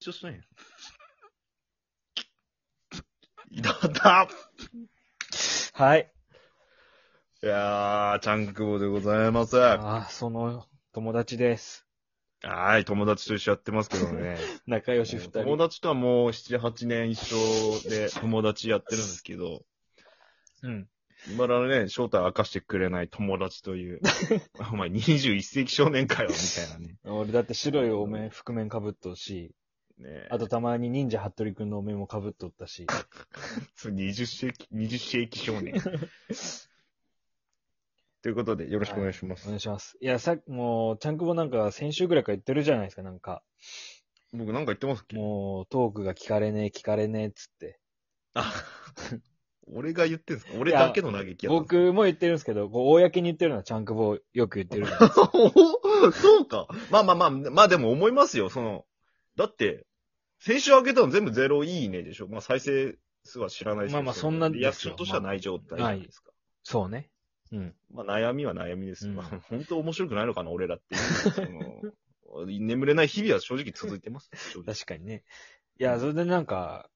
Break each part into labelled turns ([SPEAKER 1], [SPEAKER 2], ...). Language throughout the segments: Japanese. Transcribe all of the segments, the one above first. [SPEAKER 1] 張しないの
[SPEAKER 2] いただ
[SPEAKER 3] はい。
[SPEAKER 2] いやー、ちゃんくぼでございます。は
[SPEAKER 3] ああ、その友達です。
[SPEAKER 2] い、友達と一緒やってますけどね。
[SPEAKER 3] 仲良し二
[SPEAKER 2] 友
[SPEAKER 3] 人。
[SPEAKER 2] 達とはもう7、8年一緒で友達やってるんですけど、
[SPEAKER 3] うん。
[SPEAKER 2] 今だね、正体を明かしてくれない友達と いう、お前21世紀少年かよ、みたいなね。
[SPEAKER 3] 俺だって白いお面、覆面かぶっとうし、
[SPEAKER 2] ね
[SPEAKER 3] あとたまに忍者服部くんのお面もかぶっとったし。
[SPEAKER 2] そう20世紀、20世紀少 年。ということで、よろしくお願いします。
[SPEAKER 3] お願いします。いや、さもう、ちゃんくぼなんか先週ぐらいから言ってるじゃないですか、なんか。
[SPEAKER 2] 僕なんか言ってますっけ
[SPEAKER 3] もう、トークが聞かれねえ、聞かれねえ、つって。
[SPEAKER 2] あ、 俺が言ってんすか俺だけの嘆きやったんすか。
[SPEAKER 3] 僕も言ってるんですけど、こう、公に言ってるのはちゃんくぼよく言ってる。
[SPEAKER 2] おそうか。まあまあまあ、まあでも思いますよ、その、だって、先週開けたの全部ゼロいいねでしょ。まあ再生数は知らないですけど
[SPEAKER 3] まあまあそんなんですよ
[SPEAKER 2] リアクションとしてはない状態じゃないですか。
[SPEAKER 3] そうね。うん。
[SPEAKER 2] まあ悩みは悩みですよ。
[SPEAKER 3] うん
[SPEAKER 2] 本当面白くないのかな、俺らっていう。その眠れない日々は正直続いてます。正直
[SPEAKER 3] 確かにね。いや、それでなんか、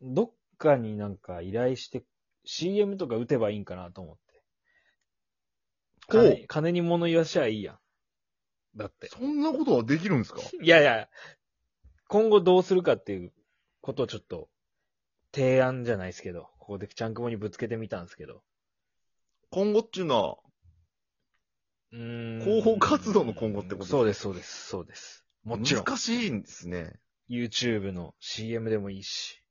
[SPEAKER 3] どっかになんか依頼して、CM とか打てばいいんかなと思って。金金に物言わしゃいいやん。だって。
[SPEAKER 2] そんなことはできるんですか
[SPEAKER 3] いやいや、今後どうするかっていうことをちょっと、提案じゃないですけど、ここでちゃんくぼにぶつけてみたんですけど。
[SPEAKER 2] 今後っていうのは、
[SPEAKER 3] うーん
[SPEAKER 2] 広報活動の今後ってこと
[SPEAKER 3] そうです、そうです、そうです。もちろん、
[SPEAKER 2] 難しいんですね。
[SPEAKER 3] YouTube の CM でもいいし、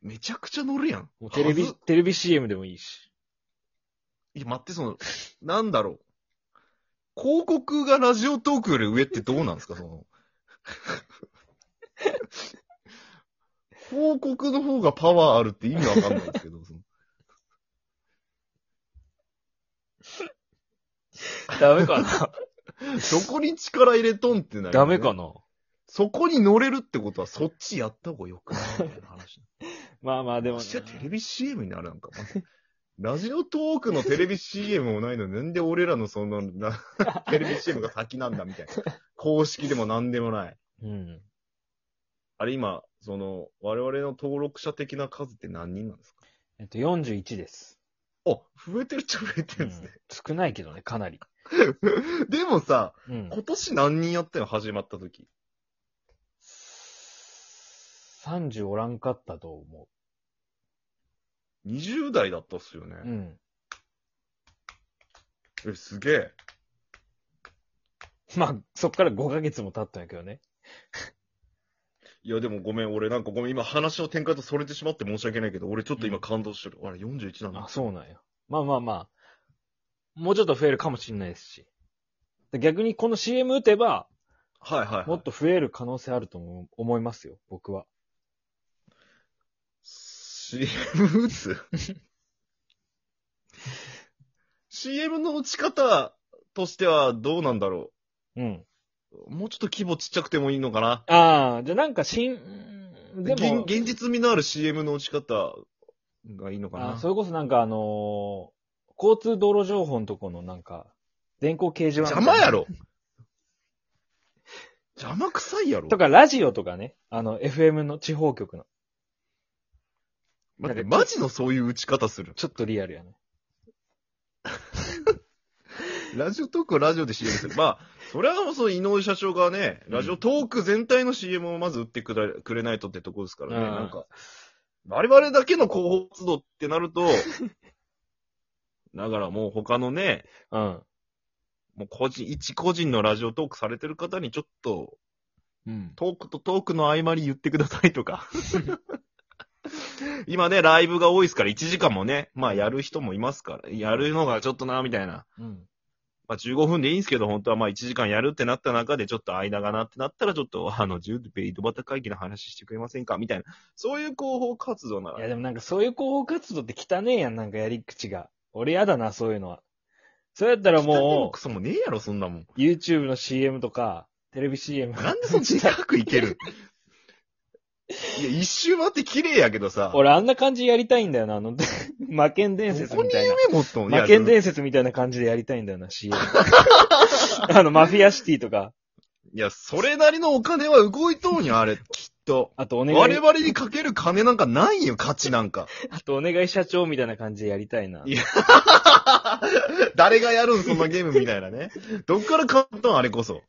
[SPEAKER 2] めちゃくちゃ乗るやん
[SPEAKER 3] もう。テレビ
[SPEAKER 2] はず、
[SPEAKER 3] テレビ CM でもいいし。
[SPEAKER 2] いや、待って、その、なんだろう。広告がラジオトークより上ってどうなんですか、その。広告の方がパワーあるって意味わかんないですけど、その。
[SPEAKER 3] ダメかな
[SPEAKER 2] そこに力入れとんってなる、
[SPEAKER 3] ダメか。な
[SPEAKER 2] そこに乗れるってことは、そっちやった方がよくないみたいな 話。
[SPEAKER 3] まあまあでも、
[SPEAKER 2] そしたらテレビ CM になるなんか。ラジオトークのテレビ CM もないのに、なんで俺らのその、なテレビ CM が先なんだみたいな。公式でもなんでもない。
[SPEAKER 3] うん。
[SPEAKER 2] あれ今、その、我々の登録者的な数って何人なんですか
[SPEAKER 3] えっと、41です。
[SPEAKER 2] あ、増えてるっちゃ増えてるんですね。
[SPEAKER 3] うん少ないけどね、かなり。
[SPEAKER 2] でもさ、
[SPEAKER 3] うん。
[SPEAKER 2] 今年何人やったの始まった時。
[SPEAKER 3] 30おらんかったと思
[SPEAKER 2] 20代だったっすよね
[SPEAKER 3] う。。うん。
[SPEAKER 2] え、すげえ。
[SPEAKER 3] まあ、そっから5ヶ月も経ったんやけどね。
[SPEAKER 2] いや、でもごめん、俺なんかごめん、今話の展開とそれてしまって申し訳ないけど、俺ちょっと今感動してる。あれ、41なんだ
[SPEAKER 3] あ、。そうなんや。まあまあまあ。もうちょっと増えるかもしれないですし。で逆にこの CM 打てば、
[SPEAKER 2] はいはい、はい。
[SPEAKER 3] もっと増える可能性あると思う思いますよ、僕は。
[SPEAKER 2] CM 打つ ?CM の打ち方としてはどうなんだろ
[SPEAKER 3] うん。
[SPEAKER 2] うもうちょっと規模ちっちゃくてもいいのかな
[SPEAKER 3] ああ、じゃあなんか新、で
[SPEAKER 2] 現
[SPEAKER 3] も、
[SPEAKER 2] 現実味のある CM の打ち方がいいのか
[SPEAKER 3] あ
[SPEAKER 2] な
[SPEAKER 3] それこそなんかあのー交通道路情報のとこのなんか、電光掲示板。
[SPEAKER 2] 邪魔やろ邪魔くさいやろ
[SPEAKER 3] とか、ラジオとかね。あの、FM の地方局の。
[SPEAKER 2] 待って、マジのそういう打ち方する。
[SPEAKER 3] ちょっとリアルやね。
[SPEAKER 2] ラジオトークはラジオで CM する。まあ、それはもうその井上社長がね、ラジオトーク全体の CM をまず打ってくれくれないとってとこですからね。
[SPEAKER 3] うん
[SPEAKER 2] なんか、我々だけの広報活動ってなる と、だからもう他のね、
[SPEAKER 3] うん。
[SPEAKER 2] もう個人、一個人のラジオトークされてる方にちょっと、
[SPEAKER 3] うん。
[SPEAKER 2] トークとトークの合間に言ってくださいと か。今ね、ライブが多いですから、1時間もね、まあやる人もいますから、やるのがちょっとな、みたいな。
[SPEAKER 3] うん。
[SPEAKER 2] まあ、15分でいいんですけど、本当はまあ1時間やるってなった中で、ちょっと間がなってなったら、ちょっと、あの、ジューベイドバタ会議の話してくれませんかみたいな。そういう広報活動ないら
[SPEAKER 3] や、でもなんかそういう広報活動って汚ねえやん、なんかやり口が。俺やだな、そういうのは。それやったら
[SPEAKER 2] も
[SPEAKER 3] も
[SPEAKER 2] クソもねえやろ、そんなもん。
[SPEAKER 3] う、YouTube の CM とか、テレビ CM。
[SPEAKER 2] なんでそっち近くいけ るいや、一周回って綺麗やけどさ。
[SPEAKER 3] 俺あんな感じやりたいんだよな、あの、 魔剣伝
[SPEAKER 2] ど
[SPEAKER 3] 説
[SPEAKER 2] こ
[SPEAKER 3] み
[SPEAKER 2] に
[SPEAKER 3] たいな。
[SPEAKER 2] 夢持っとんい
[SPEAKER 3] 魔
[SPEAKER 2] や
[SPEAKER 3] 剣伝説みたいな感じでやりたいんだよな、CM。あの、マフィアシティとか。
[SPEAKER 2] いや、それなりのお金は動いとうにゃ、あ れ、きっと。
[SPEAKER 3] あとお願
[SPEAKER 2] 我
[SPEAKER 3] い、
[SPEAKER 2] 々にかける金なんかないよ、価値なん か。
[SPEAKER 3] あとお願い社長みたいな感じでやりたいな。
[SPEAKER 2] いや誰がやるん、そんなゲームみたいなね。どっから買ったん、あれこ そ。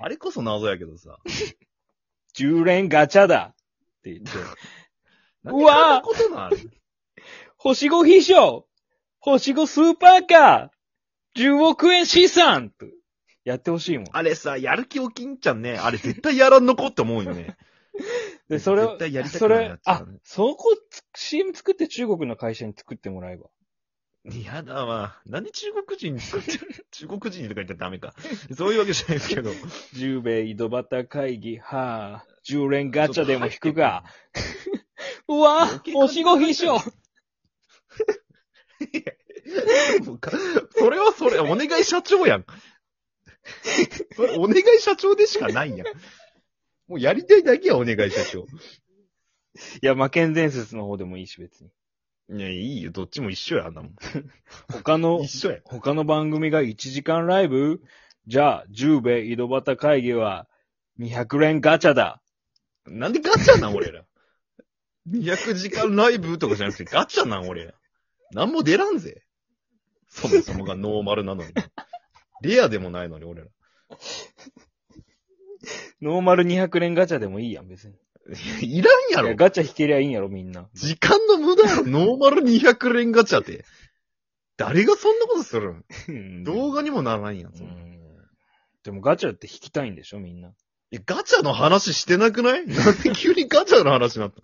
[SPEAKER 2] あれこそ謎やけどさ。
[SPEAKER 3] 10連ガチャだって 言って、う
[SPEAKER 2] 何で買
[SPEAKER 3] わ
[SPEAKER 2] うことなんあれ
[SPEAKER 3] 星5秘書星5スーパーカー !10 億円資産とやってほしいもん。
[SPEAKER 2] あれさ、やる気起きんちゃんね。あれ絶対やらんのこって思うよね。
[SPEAKER 3] で、それを、
[SPEAKER 2] 絶対やりた
[SPEAKER 3] そ
[SPEAKER 2] くないや
[SPEAKER 3] れ
[SPEAKER 2] つ、だね
[SPEAKER 3] あ、そこつ、CM 作って中国の会社に作ってもらえば。
[SPEAKER 2] やだわ。なんで中国人に使ってる中国人とか言ったらダメか。そういうわけじゃないですけど。
[SPEAKER 3] 十兵衛井戸端会議、はぁ、10連ガチャでも引くか。うわ
[SPEAKER 2] 余計
[SPEAKER 3] ぁ、星5秘書
[SPEAKER 2] もうかそれはそれ、お願い社長やん。それお願い社長でしかないやん。もうやりたいだけや、お願い社長。
[SPEAKER 3] いや、魔剣伝説の方でもいいし、別に。
[SPEAKER 2] いや、いいよ、どっちも一緒や、あんなもん。
[SPEAKER 3] 他の、
[SPEAKER 2] 一緒や。
[SPEAKER 3] 他の番組が1時間ライブじゃあ、十兵衛井戸端会議は200連ガチャだ。
[SPEAKER 2] なんでガチャなん、俺ら。200時間ライブとかじゃなくてガチャなん、俺ら。なんも出らんぜ。そもそもがノーマルなのに。レアでもないのに、俺ら。
[SPEAKER 3] ノーマル200連ガチャでもいいやん、別に。
[SPEAKER 2] いらんや
[SPEAKER 3] い
[SPEAKER 2] ろ
[SPEAKER 3] や、ガチャ引けりゃいいんやろ、みんな。
[SPEAKER 2] 時間の無駄やろ、ノーマル200連ガチャって。誰がそんなことするん動画にもならんやん。
[SPEAKER 3] う
[SPEAKER 2] そんなん
[SPEAKER 3] でもガチャって引きたいんでしょ、みんな。
[SPEAKER 2] え、ガチャの話してなくない なんで急にガチャの話になった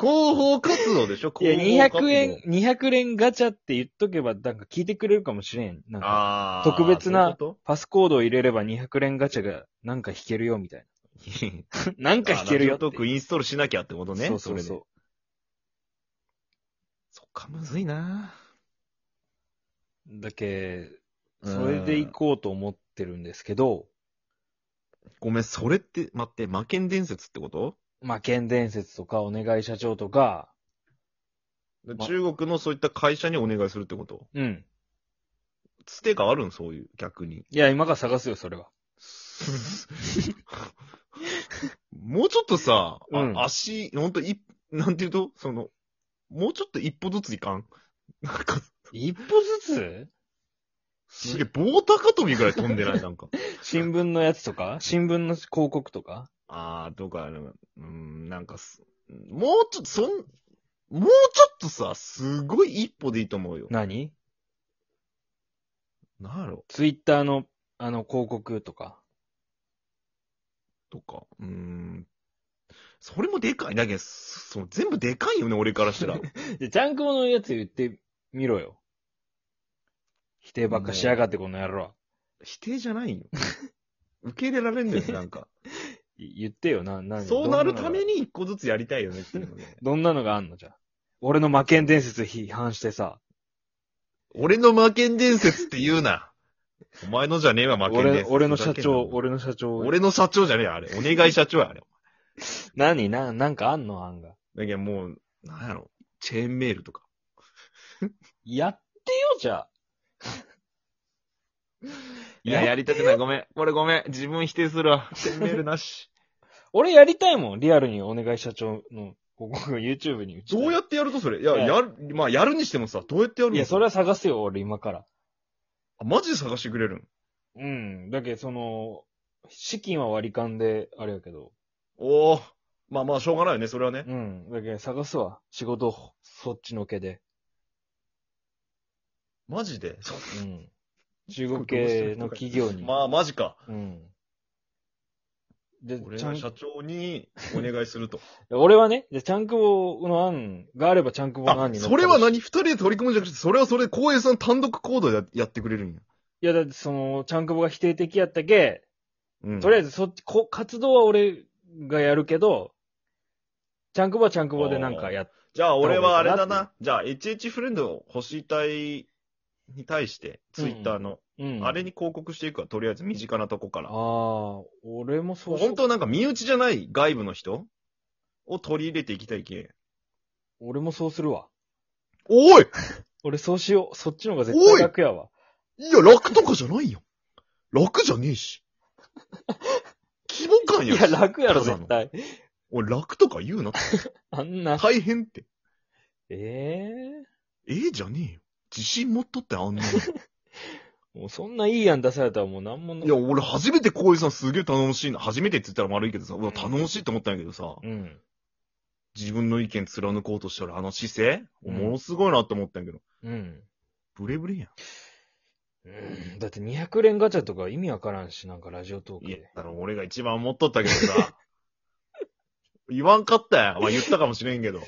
[SPEAKER 2] 広報活動でしょ
[SPEAKER 3] いや、
[SPEAKER 2] 広報活動
[SPEAKER 3] 200円、200連ガチャって言っとけば、なんか聞いてくれるかもしれん。なんか、
[SPEAKER 2] あー
[SPEAKER 3] 特別な
[SPEAKER 2] そう
[SPEAKER 3] パスコードを入れれば200連ガチャがなんか引けるよ、みたい
[SPEAKER 2] いうこ
[SPEAKER 3] な。 なん
[SPEAKER 2] と
[SPEAKER 3] か引けるよ
[SPEAKER 2] あーラジオト
[SPEAKER 3] って
[SPEAKER 2] ークインストールしなきゃってことね。
[SPEAKER 3] そうそう
[SPEAKER 2] れで
[SPEAKER 3] そう。
[SPEAKER 2] そっか、むずいな
[SPEAKER 3] だけ、それで行こうと思ってるんですけど、
[SPEAKER 2] ごめん、それって、待って、魔剣伝説ってこと
[SPEAKER 3] 魔剣伝説とか、お願い社長とか、ま
[SPEAKER 2] 中国のそういった会社にお願いするってこと
[SPEAKER 3] うん。
[SPEAKER 2] つてがあるんそういう、逆に。
[SPEAKER 3] いや、今から探すよ、それは。
[SPEAKER 2] もうちょっとさ、あ
[SPEAKER 3] うん
[SPEAKER 2] 足、ほんと、い、なんていうと、その、もうちょっと一歩ずついかん なんか、
[SPEAKER 3] 一歩ずつ
[SPEAKER 2] すげえ、棒高跳びぐらい飛んでないなんか。
[SPEAKER 3] 新聞のやつとか新聞の広告とか
[SPEAKER 2] あー、とか、うん、なんかす、もうちょっと、そん、もうちょっとさ、すごい一歩でいいと思うよ。
[SPEAKER 3] 何
[SPEAKER 2] なんやろ
[SPEAKER 3] ツイッターの、あの、広告とか。
[SPEAKER 2] とか。うーん。それもでかい。だけど、その全部でかいよね、俺から したら。
[SPEAKER 3] で、ジャンクモのやつ言ってみろよ。否定ばっかしやがって、この野郎。
[SPEAKER 2] 否定じゃないよ。受け入れられんだよね、なんか。
[SPEAKER 3] い言ってよ、な、な、
[SPEAKER 2] そうなるため
[SPEAKER 3] に。
[SPEAKER 2] に一個ずつやりたいよねっていうのね
[SPEAKER 3] どんなのがあんのじゃあ。俺の魔剣伝説批判してさ。
[SPEAKER 2] 俺の魔剣伝説って言うな。 お前のじゃねえわ、魔剣伝
[SPEAKER 3] 俺、
[SPEAKER 2] 説。
[SPEAKER 3] 俺の社長、
[SPEAKER 2] 俺。
[SPEAKER 3] 俺の社長。
[SPEAKER 2] 俺の社長じゃねえよ、あれ。お願い社長や、あれ。
[SPEAKER 3] 何な、なんかあんの案が。
[SPEAKER 2] だけどもう、なんやろ。チェーンメールとか。
[SPEAKER 3] やってよ、じゃあ。いや
[SPEAKER 2] りたくない。ごめん。これごめん。自分否定するわ。チェーンメールなし。
[SPEAKER 3] 俺やりたいもん、リアルにお願い社長の広告を YouTube に打ちた い
[SPEAKER 2] どうやってやるとそれいや、
[SPEAKER 3] ええ
[SPEAKER 2] やる、まあ、やるにしてもさ、どうやってやるの
[SPEAKER 3] いや、それは探すよ、俺今から。
[SPEAKER 2] あマジで探してくれるん
[SPEAKER 3] うん。だけど、その、資金は割り勘で、あれやけど。
[SPEAKER 2] おー。まあまあ、しょうがないよね、それはね。
[SPEAKER 3] うん。だけど探すわ。仕事を、そっちのけで。
[SPEAKER 2] マジで。
[SPEAKER 3] うん。中国系の企業に。
[SPEAKER 2] まあ、マジか。
[SPEAKER 3] うん。で、
[SPEAKER 2] 俺
[SPEAKER 3] ちゃ
[SPEAKER 2] が
[SPEAKER 3] ん
[SPEAKER 2] 社長にお願いすると。
[SPEAKER 3] 俺はね、で、ちゃんくぼの案があればちゃんくぼの
[SPEAKER 2] あ
[SPEAKER 3] 案、に乗っ
[SPEAKER 2] それは
[SPEAKER 3] かる
[SPEAKER 2] 何
[SPEAKER 3] し
[SPEAKER 2] 二人で取り組むんじゃなくて、それはそれで、光栄さん単独行動でややってくれるんや。
[SPEAKER 3] いや、だってその、ちゃんくぼが否定的やったけ、
[SPEAKER 2] うん。
[SPEAKER 3] とりあえ
[SPEAKER 2] ず、
[SPEAKER 3] ずそっち、こ活動は俺がやるけど、ちゃんくぼはちゃんくぼでなんかやっ、
[SPEAKER 2] じゃあ俺はあれだ
[SPEAKER 3] どうかなっ
[SPEAKER 2] な。じゃあ、HH フレンドを星隊に対して、ツイッターの、
[SPEAKER 3] うん。
[SPEAKER 2] あれに広告していくわ。とりあえず身近なとこから。
[SPEAKER 3] ああ、俺もそうしよ
[SPEAKER 2] 本
[SPEAKER 3] う
[SPEAKER 2] 当はなんか身内じゃない外部の人を取り入れていきたいけん。
[SPEAKER 3] 俺もそうするわ。
[SPEAKER 2] おい
[SPEAKER 3] 俺そうしよう。そっちの方が
[SPEAKER 2] お
[SPEAKER 3] 絶
[SPEAKER 2] い
[SPEAKER 3] 対楽やわ。
[SPEAKER 2] いや、楽とかじゃないよ。楽じゃねえし。規模感
[SPEAKER 3] い
[SPEAKER 2] よ。
[SPEAKER 3] や、楽やろ、
[SPEAKER 2] ただの
[SPEAKER 3] 絶対。
[SPEAKER 2] 俺楽とか言うなって。
[SPEAKER 3] あんな。
[SPEAKER 2] 大変って。
[SPEAKER 3] え
[SPEAKER 2] ええじゃねえよ。自信持っとってあんな
[SPEAKER 3] えもうそんないい案出されたらもうなんも
[SPEAKER 2] の。いや、俺初めてこういうさんすげえ頼もしいな。初めてって言ったら悪いけどさ、うわ、頼もしいと思ったんやけどさ、
[SPEAKER 3] うん。
[SPEAKER 2] 自分の意見貫こうとしたらあの姿勢、ものすごいなって思ったんやけど、
[SPEAKER 3] うん。
[SPEAKER 2] ブレブレや
[SPEAKER 3] うんだって200連ガチャとか意味わからんし、なんかラジオトーク
[SPEAKER 2] ん。いや
[SPEAKER 3] で。、
[SPEAKER 2] だから俺が一番思っとったけどさ、 言わんかったやん。まあ言ったかもしれんけど。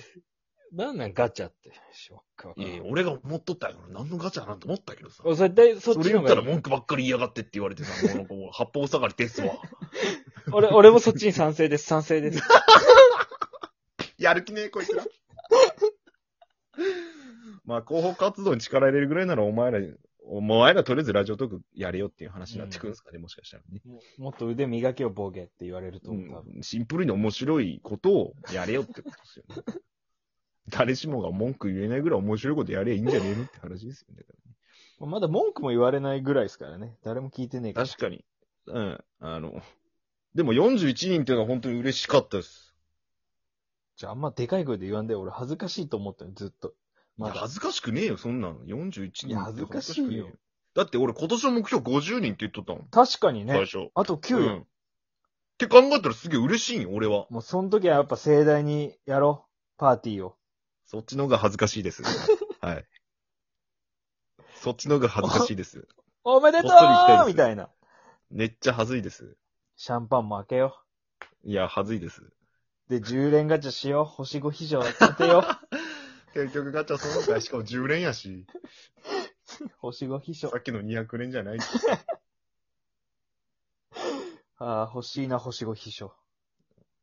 [SPEAKER 3] なんなんガチャって。しょっかわか
[SPEAKER 2] い
[SPEAKER 3] らん
[SPEAKER 2] やいや、俺が思っとったんやから何のガチャなんて思ったけどさ。
[SPEAKER 3] お絶対そ
[SPEAKER 2] そ
[SPEAKER 3] っち
[SPEAKER 2] れ
[SPEAKER 3] の
[SPEAKER 2] 言った
[SPEAKER 3] 方
[SPEAKER 2] ら
[SPEAKER 3] がいい。
[SPEAKER 2] 文句ばっかり言いやがってって言われてさ、もうなんかもう八方下がりですわ。
[SPEAKER 3] 俺、俺もそっちに賛成です、賛成です。
[SPEAKER 2] やる気ねえ、こいつら。 まあ、広報活動に力入れるぐらいなら、お前ら、お前らとりあえずラジオトークやれよっていう話になってくるんですかね、もしかしたらね。
[SPEAKER 3] ももっと腕磨けをボケって言われると思う、多分。
[SPEAKER 2] うんシンプルに面白いことをやれよってことですよね。 誰しもが文句言えないぐらい面白いことやればいいんじゃねえのって話ですよね。
[SPEAKER 3] まだ文句も言われないぐらいですからね。誰も聞いてねえから。
[SPEAKER 2] 確かに。うん。あの、でも41人っていうのは本当に嬉しかったです。
[SPEAKER 3] じゃあ、あんまでかい声で言わんで、俺恥ずかしいと思ったよ、ずっと。ま
[SPEAKER 2] いや
[SPEAKER 3] だ。
[SPEAKER 2] 恥ずかしくねえよ、そんなの。41人。
[SPEAKER 3] いや恥ずかしいよ
[SPEAKER 2] 恥ずくねえ。だって俺今年の目標50人って言っとったもん。
[SPEAKER 3] 確かに
[SPEAKER 2] 最
[SPEAKER 3] ね。
[SPEAKER 2] 初。
[SPEAKER 3] あと9
[SPEAKER 2] う
[SPEAKER 3] よ。
[SPEAKER 2] ん。って考えたらすげえ嬉しいんよ、俺は。
[SPEAKER 3] もうその時はやっぱ盛大にやろう。パーティーを。
[SPEAKER 2] そっちの方が恥ずかしいです。 はい。そっちの方が恥ずかしいです。
[SPEAKER 3] おめでと
[SPEAKER 2] こっそり行きたいで
[SPEAKER 3] う
[SPEAKER 2] す
[SPEAKER 3] みたいな。
[SPEAKER 2] めっちゃ恥ずいです。
[SPEAKER 3] シャンパンも開けよ
[SPEAKER 2] いや、恥ずいです。
[SPEAKER 3] う。で、10連ガチャしよう。星5以上当 てよ
[SPEAKER 2] 結局ガチャその回しかも10連やし、
[SPEAKER 3] う。星5以上。
[SPEAKER 2] っきの200連じゃない。
[SPEAKER 3] ああ、欲しいな、星5秘書。